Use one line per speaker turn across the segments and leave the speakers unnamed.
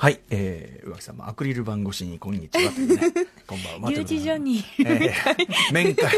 はい、えー、浮気さんもアクリル板越しにこんにち はというね、こんばんは。
留置所に。
えー面会、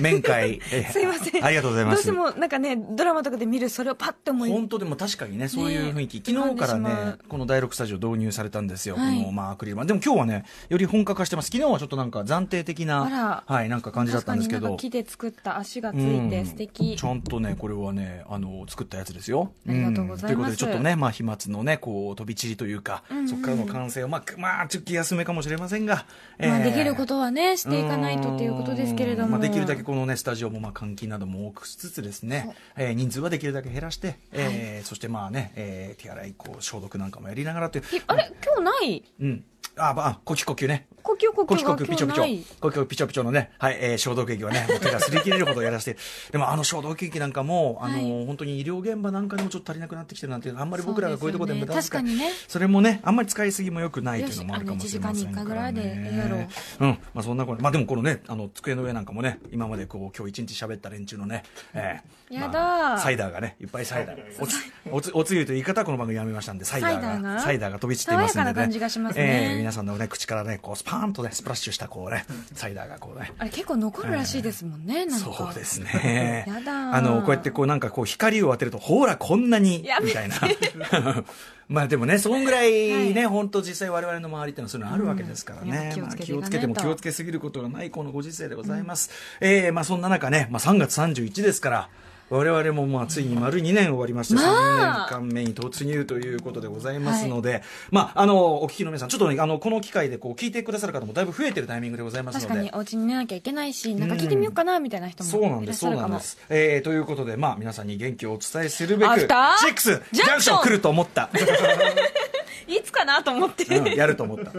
面会、えー
すいません。
ありがとうございます。
どうしてもなんかね、ドラマとかで見る、それをパッと思い
本当でも確かにね、そういう雰囲気、
ね
昨日から
浮かんでしま
ね
う、
この第6スタジオ導入されたんですよ、
はい
この、まあ、アクリル板、でも今日はね、より本格化してます、昨日はちょっとなんか暫定的な
あ、ら
はい、なんか感じだったんですけ
確かにな
ど
んか、木で作った足がつ
う
い
ん
て素敵。
ちゃんとね、これはね、あの作ったやつですよ。
ありがとうご
ん
ざいます
ということで、ちょっとね、まあ、飛沫のね、こう飛び散りというか、そこからの完成を、まあ、くまあ、ちょっと気休めかもしれませんが、
まあ、
えー
できることはね、していかないとっていうことですけれど
うんま
も。
あ、できるだけこのねスタジオもまあ換気なども多くしつつですね、えー人数はできるだけ減らして、えーそしてまあね、えー手洗いこう消毒なんかもやりながらという
ひあれ今日ない
うんあばあ呼吸呼吸ね
呼吸呼
呼吸
吸
呼
が
吸
今
ピチョピ
日
チ
な
ョ
い。
呼吸ピチョピチョのね、はいえー消毒液はねもう手が擦り切れるほどやらせて でもあの消毒液なんかもあのー、
は
本当に医療現場なんかでもちょっと足りなくなってきてるなんてあんまり僕らがこういうところで
そう
無
ですよね
駄遣い
確かにね
それもねあんまり使いすぎもよくないというのもあるかも
よ
し
し
れ
あの
ま
1
せ
時
ん
間
か
に
ら、ね、
一回ぐらいでええやろ
うん、まあそんなこと、まあでもこのね、あの机の上なんかもね、今までこう今日一日喋った連中のね、ええ
やだー
まあサイダーがね、いっぱいサイダーが、おつおつおつゆという言い方はこの番組やめましたんで、サイダーが
サイダーが
サイダーが飛び散っていますんでね、
爽やかな感じがしますね
ええ皆さんのね口からねこうスパーンとねスプラッシュしたこうねサイダーがこうね。
あれ結構残るらしいですもんね、なんか。
そうですね。
やだー
あの、こうやってこうなんかこう光を当てると、ほらこんなに
や、め
み
て
たいな。 まあでもね、そんぐらいね、
は
本当実際我々の周りってのはそういうのあるわけですからね。
うん
まあ気
気を
を
つ
つけ
けて
て
いかな
も
いと
気をつけすぎることがないこのご時世でございます。ええまあそんな中ね、まあ3月31ですから、我々もまあついに丸2年終わりまして、
まあ
3年間目に突入ということでございますので、まああの、お聞きの皆さん、ちょっとね、あの、この機会でこう聞いてくださる方もだいぶ増えてるタイミングでございますので。
確かにお家に寝なきゃいけないし、なんか聞いてみようかなみたいな人
そうなん
もい
で
らっ
す、
し
そ
ゃ
う
る
な
か
ん
も
で。す。えー、ということで、まあ、皆さんに元気をお伝えするべ
ア
く、
フター
チェックスジ
ジ
ャンク
ャンク
シ
シ
ョ
ョ
ン
ン
来ると思った。
いつかなと思って。
うんやると思った。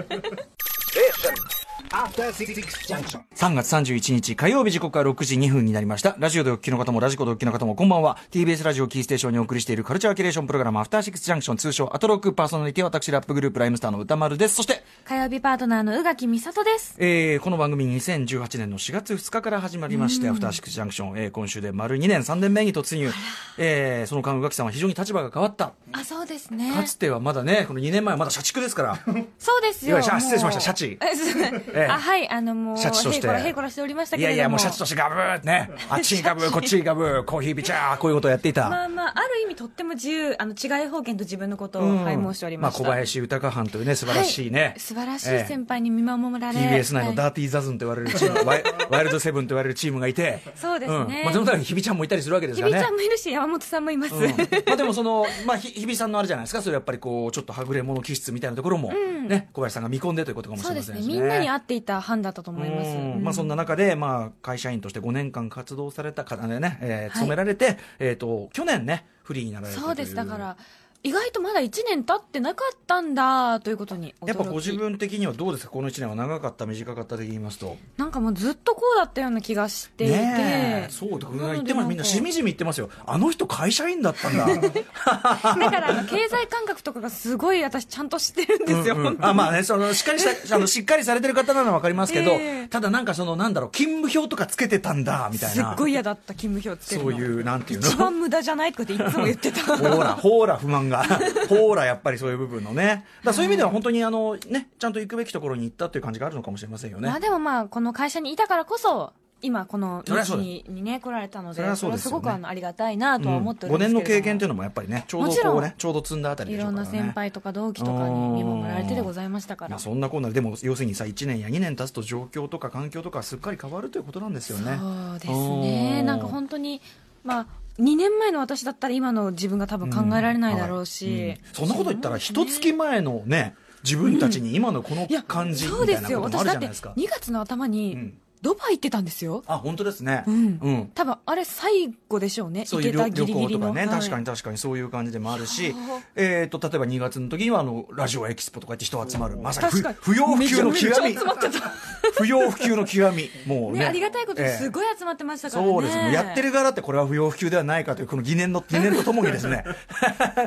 After Six Junction.
3月31日火曜日時刻は6時2分になりました。ラジオでお聞きの方もラジコでお聞きの方もこんばんは。TBS ラジオキーステーションにお送りしているカルチャーキュレーションプログラムアフターシックスジャンクション通称アトロックパーソナリティは私ラップグループライムスターの歌丸です。そして、
火曜日パートナーの宇垣美里です。
えーこの番組2018年の4月2日から始まりまして、アフターシックスジャンクション、えー今週で丸2年3年目に突入。えーその間、宇垣さんは非常に立場が変わった。
あ、そうですね。
かつてはまだね、この2年前はまだ社畜です から。
そうです
いわゆる
よ。
シャ
もう
失礼しましたシャチ
えすいません
ええ
あ、はい、あのもう、
シャチとして
へいこらへいこらしておりましたけ
い
れ
や
ど
いや、も
も。
うシャチとしてガブーって ね、あっちにガブー、こっちにガブー、コーヒービチャー、こういうことをやっていた。
まあまあ、ある意味とっても自由、あの、違い方言と自分のことを拝
うん
望しておりました。
あ、小林豊藩というね、素晴らしいね。
は素晴らしい先輩に見守られ、
ええ TBS 内の
は
ダーティーザズンと言われるチ ーム、ワイワイルドセブンと言われるチームがいて、
そうですね
んまあ、その中に日比ちゃんもいたりするわけで
い
す
日
か
比
らね。
ちゃんもいるし、山本さんもいます。
うんまあでもその、まあ、ひ日比さんのあれじゃないですか、それやっぱりこう、ちょっとはぐれ者気質みたいなところも、ね、小林さんが見込んでということかもし
そう
れ
で
ますせん
ね
し
みんなに合っていた班だったと思います。
うんまあ、そんな中で、まあ、会社員として5年間活動された方でね、えー、
い
勤められて、えっ、と、去年ね、フリーになられたという
そうです、だから、意外とまだ1年経ってなかったんだということに驚き
やっぱご自分的にはどうですか、この1年は長かった、短かったで言いますと。
なんかもうずっとこうだったような気がしていて、
ねえそうだ、
なので
言ってます、みんなしみじみ言ってますよ、あの人、会社員だったん だ。
だからあの経済感覚とかがすごい私ちゃんとしてるんですよ、
うんうん
本当に
あまあね、そのしっかり したあのしっかりされてる方なのは分かりますけど、
ええ
ただなんかその、なんだろう、勤務表とかつけてたんだみたい
すっ
な、
ごい嫌だった勤務表つける
そ
の
ういう、なんていうの
一、番無駄じゃないとかっていつも 言ってた
ほら、ほら不満が。 ほらやっぱりそういう部分のね。だからそういう意味では本当にあの、ね、ちゃんと行くべきところに行ったっていう感じがあるのかもしれませんよね
まあ。でもまあこの会社にいたからこそ今この
そりゃそうだ
道ににね来られたので
そりゃそうですよね
れはすごくあのありがたいなとは思ってお
5
りま
年
すけれども、
の経験というのもやっぱりね、ちょうど
もち
こ
ろ
うんね、ちょうど積んだあたり
い
でしょ
ろ
うんから
な
ね。
先輩とか同期とかに見守られてでございましたか
ま
ら
あ、そんなこんなででも要するにさ1年や2年経つと状況とか環境とかすっかり変わるということなんですよね。
そうですね
うん
なんか本当にまあ2年前の私だったら今の自分が多分考えられないだろうし、
はいんそんなこと言ったら
そう
一
ですね
月前のね自分たちに今のこの
いや
感じみ
そう
た
で
いな
す
こ
よ
ともあ
私
るじ
だ
ゃ
っ
な
て
いですか
2。月の頭
う
に
ん
ドバイ行ってたんですよ、
あ本当ですね。
うん
うん
多分あれ最後でしょうね
そう
行
いう
け
旅
たギリギ
旅行
リ
と
の
かね、
はい
確かに確かにそういう感じでもあるし
はあ、
えー、と例えば2月の時にはあのラジオエキスポとかやって人集まるまさにふ
確かに
不要不急の
めちゃ
極
め
み
ちゃ集まってた
不要不急の極みもうね
ねありがたいことにすごい集まってましたからね、
そうですねやってる側だってこれは不要不急ではないかというこの疑念 の疑念とともにですね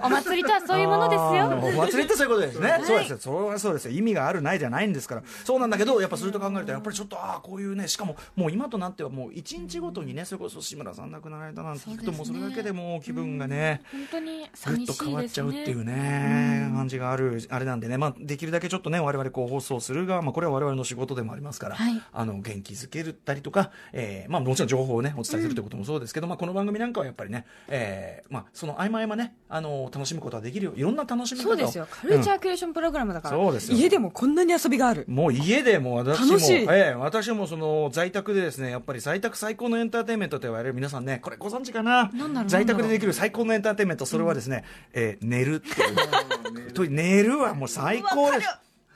お祭りとはそういうものです
あーお
よ
祭りってそういうこと ですね、そうですよそれはそうですよ意味があるないじゃないんですからそうなんだけどやっぱそれと考えるとやっぱりちょっとああこういうねね、しかも、もう今となっては、もう一日ごとにね、それこそ志村さん亡くなられたなんて聞くと、もうそれだけでもう気分がね、
本当に
ぐっ
寂
と
し
変
い
わっ
で
ち
す
ゃうっていう
ね。
ね、感じがある、あれなんでね、まあ、できるだけちょっとね、我々こう放送する側、まあ、これは我々の仕事でもありますから、
はい
あの、元気づけるたりとか、えーまあ、もちろん情報をね、お伝えするということもそうですけど、まあ、この番組なんかはやっぱりね、えーまあ、その合間合間ね、あの、楽しむことはできるよ。いろんな楽しみ方を
そうですよ。カルチャ
う
ー
ん
クリエーションプログラムだから。
そうですよ
家でもこんなに遊びがある。
もう家でも私も、
楽しい
ええ私もその在宅でですね、やっぱり在宅最高のエンターテインメントと言われる皆さんね、これご存知かな
なんだろう
在宅でできる最高のエンターテインメント、それはですね、えー寝るっていう。と寝るはもう最高です。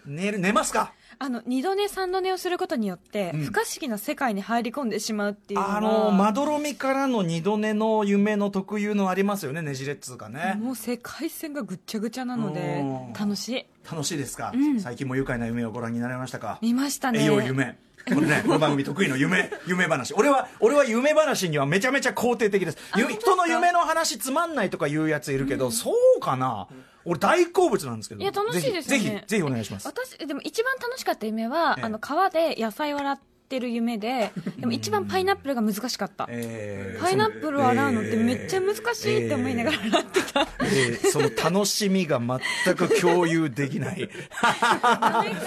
寝る、寝ますか
あの、二度寝三度寝をすることによって、
ん
不可思議な世界に入り込んでしまうっていうのは
あの、まどろみからの二度寝の夢の特有のありますよね、ねじれっつうかね。
もう世界線がぐっちゃぐちゃなので
うん、
楽しい。
楽しいですか、
ん
最近も愉快な夢をご覧になられましたか
見ましたね。
えよう夢。これね、この番組得意の夢、夢話。俺は、俺は夢話にはめちゃめちゃ肯定的です。ゆ
本当ですか
人の夢の話つまんないとか言うやついるけど、そうかな俺大好物なんですけど。
いや、楽しいです
ぜ
よ
ひ、
ね。
ぜひ、ぜひお願いします。
私、でも一番楽しかった夢は、
ええ
あの、川で野菜を洗ってる夢 で、でも一番パイナップルが難しかった。
えー
パイナップルを洗うのってめっちゃ難しいって思いながら洗ってた。
えーその楽しみが全く共有でき ない。
ダメか。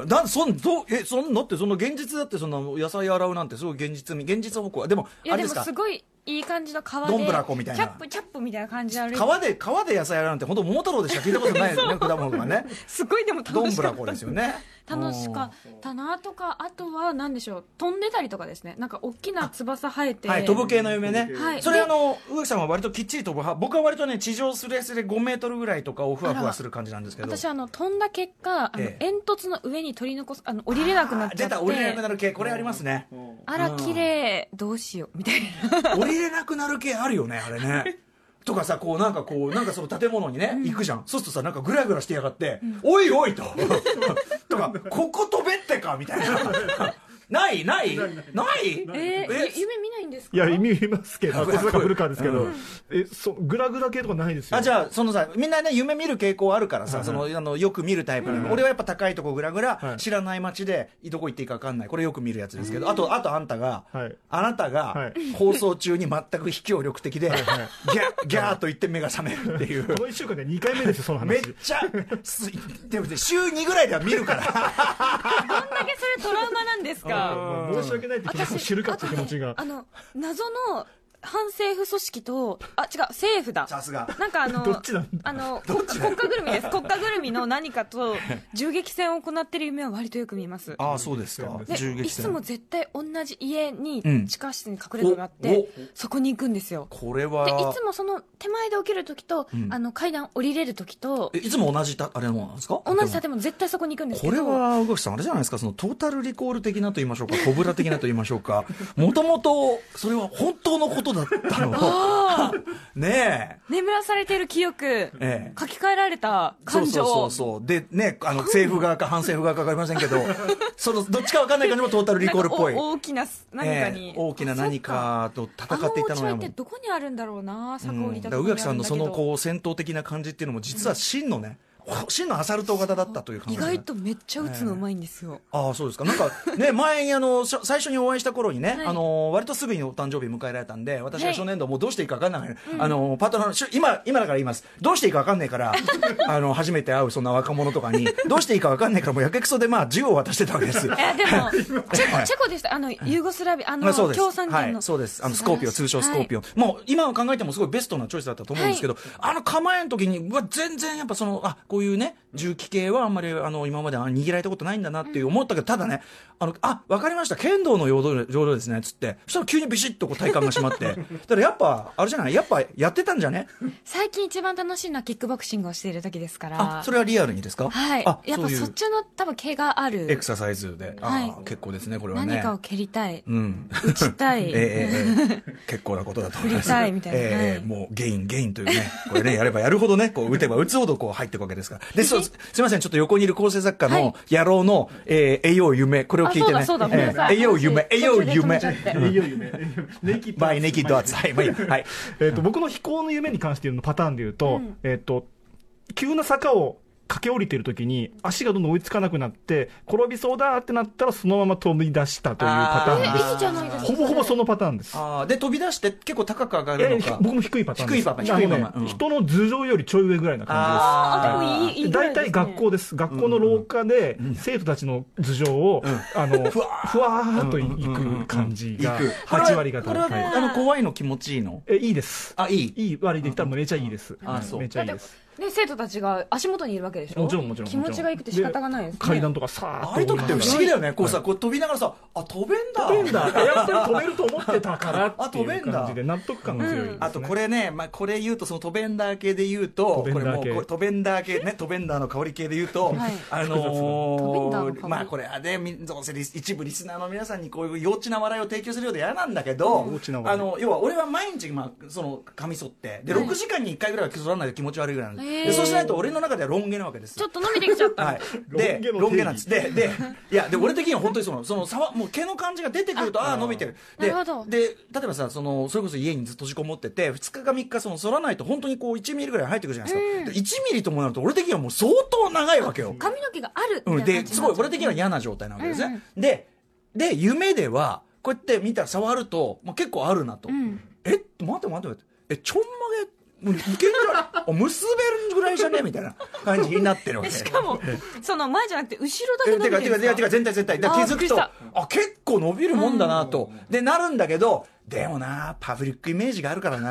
うん、だそんどうえそんなってその現実だってその野菜洗うなんてすごい現実味現実方向はでも
い
あ
や、
れ
で
です
も
か
すごいいい感じの川で。
どんぶらこみたいな
キャップ、キャップみたいな感じで歩いて。
川で川で野菜洗うなんて本当桃太郎でしか聞いたこと ないですね果物とかね
すごいでも楽しか
ど
った。
んぶらこですよね
楽しかったなとか、あとは何でしょう、飛んでたりとかですね。なんか大きな翼生えて。
はい、飛ぶ系の夢ね、
はい
それ
で
あの植木さんは割ときっちり飛ぶ派僕は割とね地上すれすれ5メートルぐらいとかをふわふわする感じなんですけど
私あの飛んだ結果、あの
ええ
煙突の上に取り残すあの降りれなくなっちゃ
出
って
た降りれなくなる系これありますね
あら綺麗どうしようみたいな
降りれなくなる系あるよねあれ ねとかさこうなんかこうなんかその建物にね、行くじゃんそうするとさなんかグラグラしてやがって「おいおい」ととか「ここ飛べってか」みたいな ないないない
えー、
え
ゆ夢見ないんですか
いや、意味見ますけ
か
ど、こ
っこいい
れが古川ですけど、え、そ、グラグラ系とかないですよ。
あじゃあそのさみんなね夢見る傾向あるからさ、そのあのよく見るタイプなの、俺はやっぱ高いとこぐらぐら、
はい
知らない街でどこ行っていいか分かんないこれよく見るやつですけど、あとあとあんたが、
はい
あなたが、
はい
放送中に全く非協力的で、
はい
ギャギャーと言って目が覚めるっていう。
この1週間で2回目ですよ、その
めっ
話。
ちゃ、すでもね週2ぐらいでは見るから。
どんだけそれトラウマなんですか
もう申し訳ないって気持ちも知るかって気持ちが
あ。の謎の反政府組織とあ違う政府だ
さすが。
なんかあの
どっちなん
あの国家国家ぐるみです国家ぐるみの何 かと銃撃戦を行ってる夢は割とよく見ます
ああ、そうですか。
でいつも絶対同じ家
うん
に地下室に隠れ家があって、そこに行くんですよ
これ
でい
は、
つもその手前で起きるときと、あの階段降りれるときと
えいつも同じた、あれのなんですか
同じ建物絶対そこに行くんですけ
こ
ど
れは、宇垣さん、あれじゃないですか、そのトータルリコール的なと言いましょうか、コブラ的なと言いましょうか、もともと、それは本当のことだったの。 ね
眠らされている記憶、
ええ
書き換えられた感
そ
情
うそうそうそう。で、ね、あの、政府側か反政府側かわかりませんけど、 その、どっちかわかんない感じもトータルリコールっぽい。
なんかお大きな何かに、
ええ大きな何かと
あそっ
戦
か
っていたの
あ
は
のお家って
もう。
どこにあるんだろうな
う
坂降
ん
り
だ
た
から
と
宇
こにあるんだ
垣
け
さんのその
ど
こう戦闘的な感じっていうのも実は真のね、真のアサルト型だったという感
意
じ、ね、
外とめっちゃ打つのうまいんですよ、
ああ、そうですか。なんか、ね、 前にあの、しょ最初にお会いした頃にね、
い
あの、割とすぐにお誕生日迎えられたんで、私は
はい
初年度もうどうしていいか分かんない、あの、パートナーのしゅ、今、今だから言います。どうしていいか分かんない から、あの、初めて会うそんな若者とかに、どうしていいか分かんないから、もうやけくそでまあ、銃を渡してたわけ です。
いやでもチェコチェコでしたあのユーゴスラビアあ
ま
の
あそうです
共産
は
圏
い、
の
そうです。あの、ス
素晴
コー
らしい
ピオ、通称スコーピオ。もう、今考えてもすごいベストなチョイスだったと思うんですけど、あの構えの時に、うわ、全然やっぱその、あ、こういうね、銃器系はあんまり、あの、今まであ握られたことないんだなっていう思ったけど、ただね、あの、あ、わかりました、剣道の要領要領ですね、つって。そしたら急にビシッとこう体感が締ま って。だからやっぱ、あれじゃないやっぱ、やってたんじゃね
最近一番楽しいのはキックボクシングをしている時ですから
あ、それはリアルにですか
はい
あ、
やっ
そう
ぱ
い
そうっちの多分毛がある
エクササイズで。
は
あ
い
あ、結構ですね、これはね。
何かを蹴りたい、
うん。
打ちたい、
ええええええ結構なことだと思います。
振りたいみたいな
ええええ
はい
もうゲイン、ゲインというね、これね、やればやるほどね、こう打てば打つほどこう入っていくわけですから。で、そう、すすいません、ちょっと横にいる構成作家
はい
の野郎の、ええ栄養夢、これを聞いてね。
あそうだそうだごめんなさ
え
い
え栄養夢、
途
栄
中
養
で止め
夢
ちゃっ。て
いよいよね。 ネイキッド
バイネキッドアーツ。はい、まあいいやはい。
えっと、僕の飛行の夢に関してのパターンで言うと、えっと、急な坂を駆け下りてる時に、足がどんどん追いつかなくなって、転びそうだってなったら、そのまま飛び出したというパタ
え、い
ーンで
いじゃないです
す。
か。
ほぼほぼそのパターンです。
あーで飛び出して結構高く上が
いや
る
い
の
や
か
僕も低いパターンです。
低いパターン
あのね
低いパターンうん
人の頭上よりちょい上ぐらいな感
あ、でもいい、いい
じです。
ぐら
大
いです
体
ね
学校です。学校の廊下で、生徒たちの頭上を、あの、ふわーっと行く感じが、8割が
これはこれ
高い。
はあの怖いの気持ちいいの
え、いいです。
あいい
いい割りで言ったらめっちゃいいです。
あそう
めっちゃいいです。
ね、生徒たちが足元にいるわけでしょ
もちろんもちろん
気持ちがいくて仕方がないですね。
階段とかさーっと
あれとって不思議だよねこうさこう飛びながらさあ飛べんだ
飛べんだやっぱり飛べると思ってたから
あ
っていう感じで納得感が強いですね
あとこれね、まあ、これ言うと、そのトベンダー系で言うと、
トベ
これ
ンダ
も
ー系
う、トベンダー系ね、トベンダーの香り系で言うと、
はい
あ
トベンダ
の
ー
ー
の香り
まあこれはね、みどうせリス一部リスナーの皆さんにこういう幼稚な笑いを提供するようで嫌なんだけど、
幼稚な笑
あ
い
の、要は俺は毎日、まあ、その、髪剃って、で、6時間に1回ぐらいは剃らないと気持ち悪いぐらいなん
へ
で、
ー
でそうしないと俺の中ではロン毛なわけです
ちょ。っと伸びてきちゃった。
はい、で
ロ
ロ
ン毛の定義
ン毛なんですででいやで俺的には本当にそのその触もう毛の感じが出てくるとああー伸びてるで
なるほど
で例えばさそのそれこそ家にずっと閉じこもってて2日か3日その剃らないと本当にこう1ミリぐらい入ってくるじゃないですか、で1ミリともなると俺的にはもう相当長いわけよ、
髪の毛があるみたい
うん、
な感じに
で
なっちゃう
すごい俺的には嫌な状態なわけですね、でで夢ではこうやって見たら触ると、まあ、結構あるなと、
ん
え待って待って待ってえちょんまげもういけんじゃないあ結べるぐらいじゃねみたいな感じになってるわけ
しかも、その前じゃなくて後ろだけ
え
伸び
てか
て
て
る
か
ん
てか
です
て
か
か全体全体だ
あ
か
ー
ら気づ
びっく
く
りし
と
た
あ結構伸びるもんだなと、でなるんだけどでもなパブリックイメージがあるからな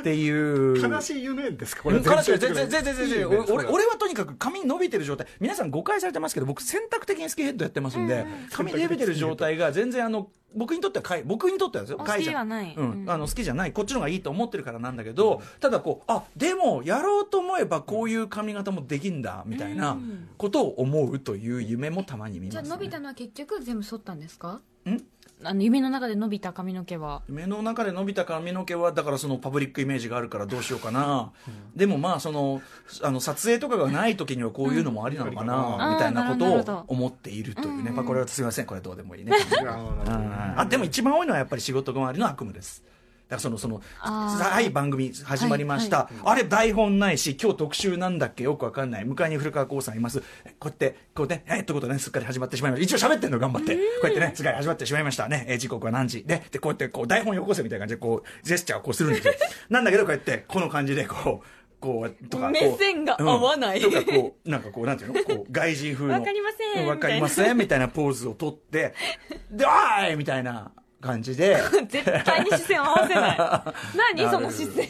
っていう
悲しい夢ですかこ
う
れ
ん悲しい全然全然全然
いい夢です
俺
これ
俺はとにかく髪伸びてる状態皆さん誤解されてますけど僕選択的にスキンヘッドやってますんで、髪伸びてる状態が全然あの僕にとってはかい僕にとってはですよ
あ
かいじゃ
好きはない
うん
う、ん
あの好きじゃないこっちの方がいいと思ってるからなんだけど、ただこうあでもやろうと思えばこういう髪型もできんだみたいなことを思うという夢もたまに見ます、
じゃ
ね、
あ伸びたのは結局全部剃ったんですか
ん
あの夢の中で伸びた髪の毛は
目の中で伸びた髪の毛はだからそのパブリックイメージがあるからどうしようかな、でもまあそのあの撮影とかがない時にはこういうのもありなのかな、
うん
みたいなこ
あーなるほ
と
ど
を思っているというね、まあ、これはすみませんこれはどうでもいいね
いやーなるほど
あーあでも一番多いのはやっぱり仕事周りの悪夢ですだからそのその
あー
さはい番組始まりました、あれ台本ないし今日特集なんだっけよくわかんない向かいに古川光さんいますえこうやってこうねえーということでねすっかり始まってしまいました一応喋ってんの頑張ってこうやってねすっかり始まってしまいましたねえー時刻は何時ででこうやってこう台本よこせみたいな感じでこうジェスチャーをこうするんですよ なんだけどこうやってこの感じでこうこうとかこう
目線が合わない
うんとかこうなんかこうなんていうの こう外人風の
わかりません
わかりませんみたいなポーズをとってで「あーい!」みたいな感じ で
絶対に視線を合わせ ない何その視線
っ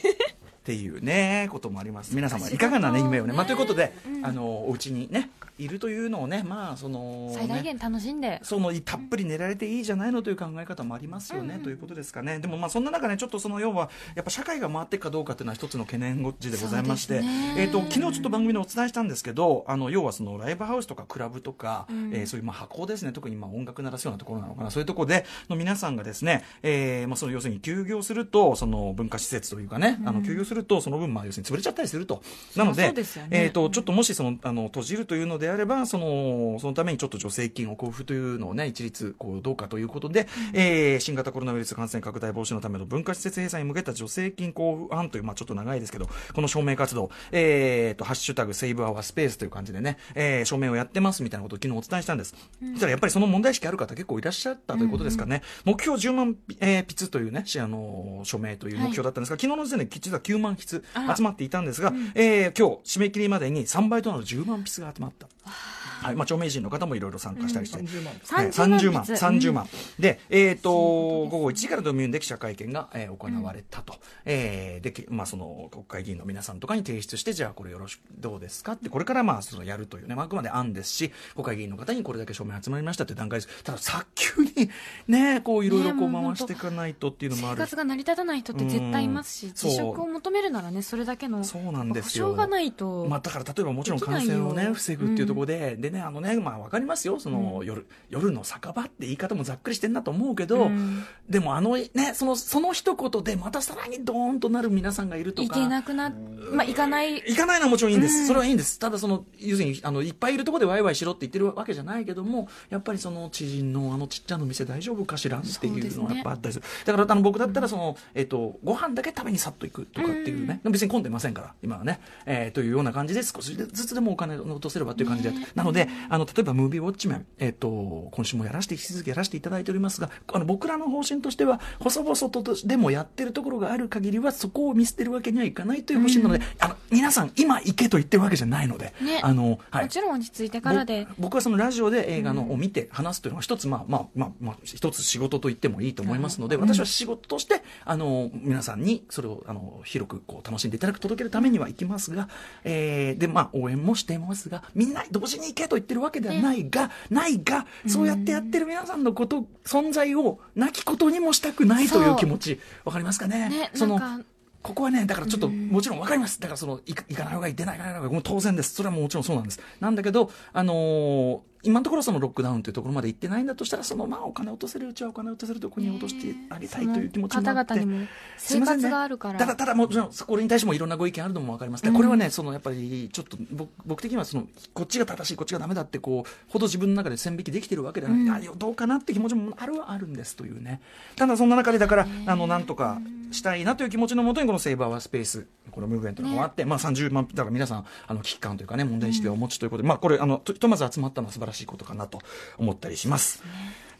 ていうねこともあります皆様いかがなね夢をね、まあ、ということで、あのお家にねいるというのをねまあそのね
最大限楽しんで
そのたっぷり寝られていいじゃないのという考え方もありますよね、ということですかねでもまあそんな中ねちょっとその要はやっぱ社会が回っていくかどうかというのは一つの懸念事でございまして、
そうですね
えっと昨日ちょっと番組でお伝えしたんですけどあの要はそのライブハウスとかクラブとか、えーそういうまあ箱ですね特にまあ音楽鳴らすようなところなのかなそういうところでの皆さんがですね、えーまあ、その要するに休業するとその文化施設というかね、あの休業するとその分まあ要するに潰れちゃったりするとなので
そうですよね
えーとちょっともしそのあの閉じるというのであればそのそのためにちょっと助成金を交付というのを、ね、一律こうどうかということで、えー新型コロナウイルス感染拡大防止のための文化施設閉鎖に向けた助成金交付案という、まあ、ちょっと長いですけどこの証明活動、えーと「ハッシュタグセイブアワースペース」という感じでね、えー証明をやってますみたいなことを昨日お伝えしたんです、そしたらやっぱりその問題意識ある方結構いらっしゃったということですかね、目標10万ピ,、えーピツというねしあのー署名という目標だったんですが、昨日の時点で実は9万筆集まっていたんですが、えー今日締め切りまでに3倍となる10万筆が集まった。はいまあ、著名人の方もいろいろ参加したりして、
30万
はい
30
30万
万
30
筆
万で、えー、と午後1時からドミューンで記者会見が、えー行われたと、えーできまあ、その国会議員の皆さんとかに提出してじゃあこれよろしくどうですかってこれからまあそのやるというねまああくまで案ですし国会議員の方にこれだけ署名集まりましたという段階ですただ早急にねこういろいろこう
ねもう
回していかないとっていうのもあ
生
る
活が成り立たない人って絶対いますし
うん
自食を求めるならねそれだけの
そうなんですよ
保証がないと
まあ、だから例えばもちろん
できな
感
いよ
染をね防ぐっていうところで,、でねあのねまあわかりますよその、夜夜の酒場って言い方もざっくりしてんなと思うけど、
うん
でもあのねそのその一言でまたさらにドーンとなる皆さんがいると
行
か
けなくな、まあ、行かない。
行かないのはもちろんいいんです、それはいいんですただその要するにあのいっぱいいるところでワイワイしろって言ってるわけじゃないけどもやっぱりその知人のあのちっちゃな店大丈夫かしらっていうの
そうです
は
ね
やっぱあったりするだからあの僕だったらその、えっとご飯だけ食べにさっと行くとかっていうね、でも別に混んでませんから今はね、えーというような感じで少しずつでもお金を落とせればっていう感じで、なのであの例えばムービーウォッチメン、えっと今週もやらせて引き続きやらせていただいておりますがあの僕らの方針としては細々ととでもやってるところがある限りはそこを見捨てるわけにはいかないという方針なので、あの皆さん今行けと言ってるわけじゃないので、
ね
あのはい
もちろん落ち着いてからで。
ぼ僕はそのラジオで映画のを見て話すというのは一つ、まあまあまあまあ、一つ仕事と言ってもいいと思いますので、私は仕事としてあの皆さんにそれをあの広くこう楽しんでいただく届けるためには行きますが、えーでまあ、応援もしていますがみんな同時に行けと言ってるわけではないが、ないがそうやってやってる皆さんのこと存在をなきことにもしたくないとい
そう
う気持ちわかりますかね。
ね、
そ
な
の
んか、
ここはね、だからちょっと、もちろんわかります。だからその、い行かない方がいい、出ない方がいい、もう当然です。それはもうもちろんそうなんです。なんだけど、あのー今のところそのロックダウンというところまで行ってないんだとしたら、そのまあお金落とせるうちはお金落とせるところに落としてあげたいという気持ちもあって。
その方々にも
すいませんね
生活があるから
ただ、ただもちろん、これに対してもいろんなご意見あるのもわかります。でこれはね、そのやっぱり、ちょっと僕僕的にはその、こっちが正しい、こっちがダメだって、こう、ほど自分の中で線引きできてるわけではない、あいやどうかなって気持ちもあるはあるんですというね。ただそんな中で、だから、あの、なんとかしたいなという気持ちのもとに、このセイバーはスペース、このムーブメントの方があって、まあ30万、だから皆さん、あの、危機感というかね、問題意識をお持ちということで、まあこれ、あの、とひとまず集まったのは素晴らしいことかなと思ったりします。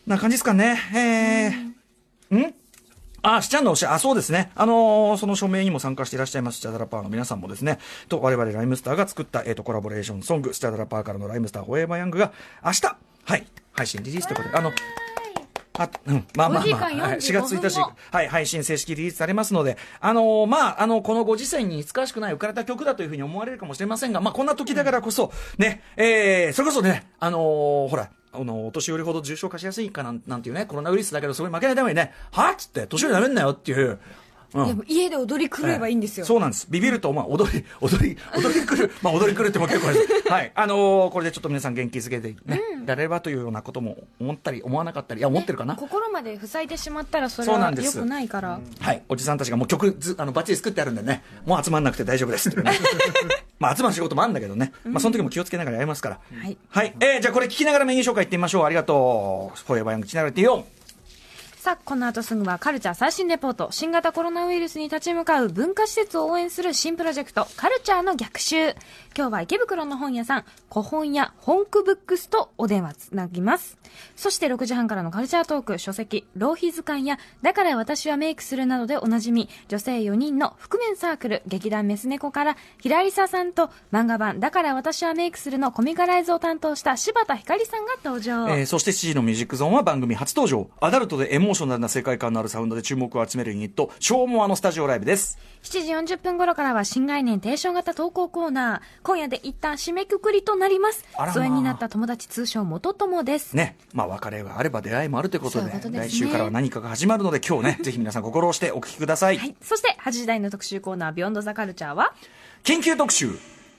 な感じですかね。えーんあ、しちゃんのおっしゃ、あ、そうですね。あのーその署名にも参加していらっしゃいます、スチャダラパーの皆さんもですね、と、我々ライムスターが作った、えっ、と、コラボレーションソング、スチャダラパーからのライムスター、ホエーバーヤングが、明日、はい、配信リリースということで、あの、あ、うん、まあまあ
お時
まあ、
間
はい4
45
月1日
分後、
はい、配信正式リリースされますので、あのーまあ、あの、このご時世に似つかわしくない浮かれた曲だというふうに思われるかもしれませんが、まあ、こんな時だからこそ、ね、えー、それこそね、あのーほら、あのー、お年寄りほど重症化しやすいかなん、なんていうね、コロナウイルスだけど、それに負けないためにね、はっつって、年寄りなめんなよっていう、うん
でも家で踊り狂えばいいんですよ。
そうなんです。ビビると、まあ、踊り、踊り、踊り 来る。まあ、踊り来るっても結構です。はい。あのーこれでちょっと皆さん元気づけてね、いられればというようなことも思ったり、思わなかったり、いや、思ってるかな。
心まで塞いでしまったらそれ
そうな
は
んで
良
す
くないから。
はい、おじさんたちがもう曲ずあのバッチリ作ってあるんでね、もう集まんなくて大丈夫ですっていうね まあ集まる仕事もあるんだけどね、まあその時も気をつけながらやりますから。
はい
えーじゃあこれ聞きながらメニュー紹介いってみましょう。ありがとう。フォーエバーヤングチナルティオン。
さあ、この後すぐはカルチャー最新レポート。新型コロナウイルスに立ち向かう文化施設を応援する新プロジェクト、カルチャーの逆襲。今日は池袋の本屋さん、古本屋、本区ブックスとお電話つなぎます。そして6時半からのカルチャートーク、書籍、浪費図鑑や、だから私はメイクするなどでおなじみ、女性4人の覆面サークル、劇団メス猫から、平井沙さんと漫画版、だから私はメイクするのコミカライズを担当した柴田ひかりさんが登場。
えーそして7時のミュージックゾーンは番組初登場。アダルトでエモーショナルな世界観のあるサウンドで注目を集めるユニット、昭和のスタジオライブです。
7時40分頃からは新概念提唱型投稿コーナー。今夜で一旦締めくくりとなります
あらま。あ
疎遠になった友達通称元友です。
ね、まあ別れがあれば出会いもあるということで、
そういうことですね
来週からは何かが始まるので今日ね、ぜひ皆さん心をしてお聞きください。
はい。そして8時台の特集コーナー、ビヨンドザカルチャーは、
緊急特集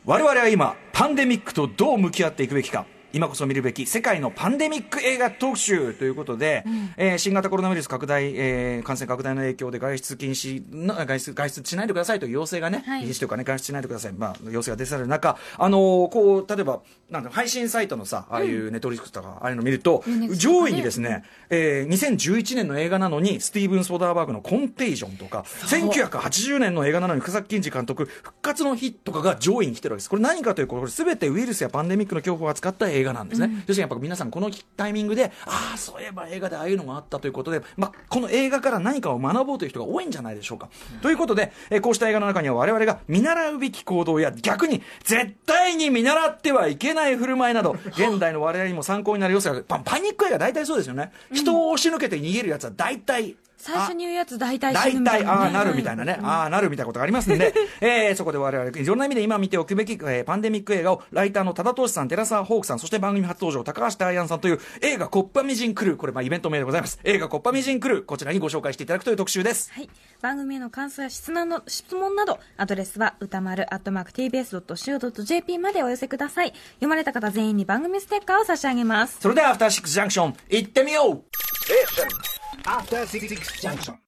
我々は今パンデミックとどう向き合っていくべきか今こそ見るべき世界のパンデミック映画特集ということで、えー新型コロナウイルス拡大、えー感染拡大の影響で外出禁止の外出外出しないでくださいという要請がね、
はい
禁止というかね外出しないでください、まあ、要請が出される中、あのーこう例えばなんだ配信サイトのさああいうネットフリックスとかああいうの見ると、
Netflix
上位にですね、えー2011年の映画なのにスティーブン・ソーダーバーグの「コンテージョン」とか1980年の映画なのに深作欣二監督「復活の日」とかが上位に来てるわけですこれ何かというとこれ全てウイルスやパンデミックの恐怖を扱った映画なんですね、要するにやっぱ皆さんこのタイミングでああそういえば映画でああいうのがあったということで、まあ、この映画から何かを学ぼうという人が多いんじゃないでしょうか、ということで、えーこうした映画の中には我々が見習うべき行動や逆に絶対に見習ってはいけない振る舞い など現代の我々にも参考になる要素がパパニック映画大体そうですよね人を押し抜けて逃げるやつは大体
最初に言うやつ大体死
大
ぬみた
体、
いな、
ああ、なるみたいなね、ああ、なるみたいなことがありますん で、えーそこで我々、いろんな意味で今見ておくべき、えーパンデミック映画を、ライターの多田投資さん、寺澤ホークさん、そして番組初登場、高橋大安さんという、映画コッパみじんクルー、これ、まあ、イベント名でございます。映画コッパみじんクルー、こちらにご紹介していただくという特集です。
はい、番組への感想や質問の質問などアドレスは歌丸アットマーク TBS.CO.JP までお寄せください読まれた方全員に番組ステッカーを差し上げます
それでは、アフターシックスジャンクション、行ってみよう
After Six Junction.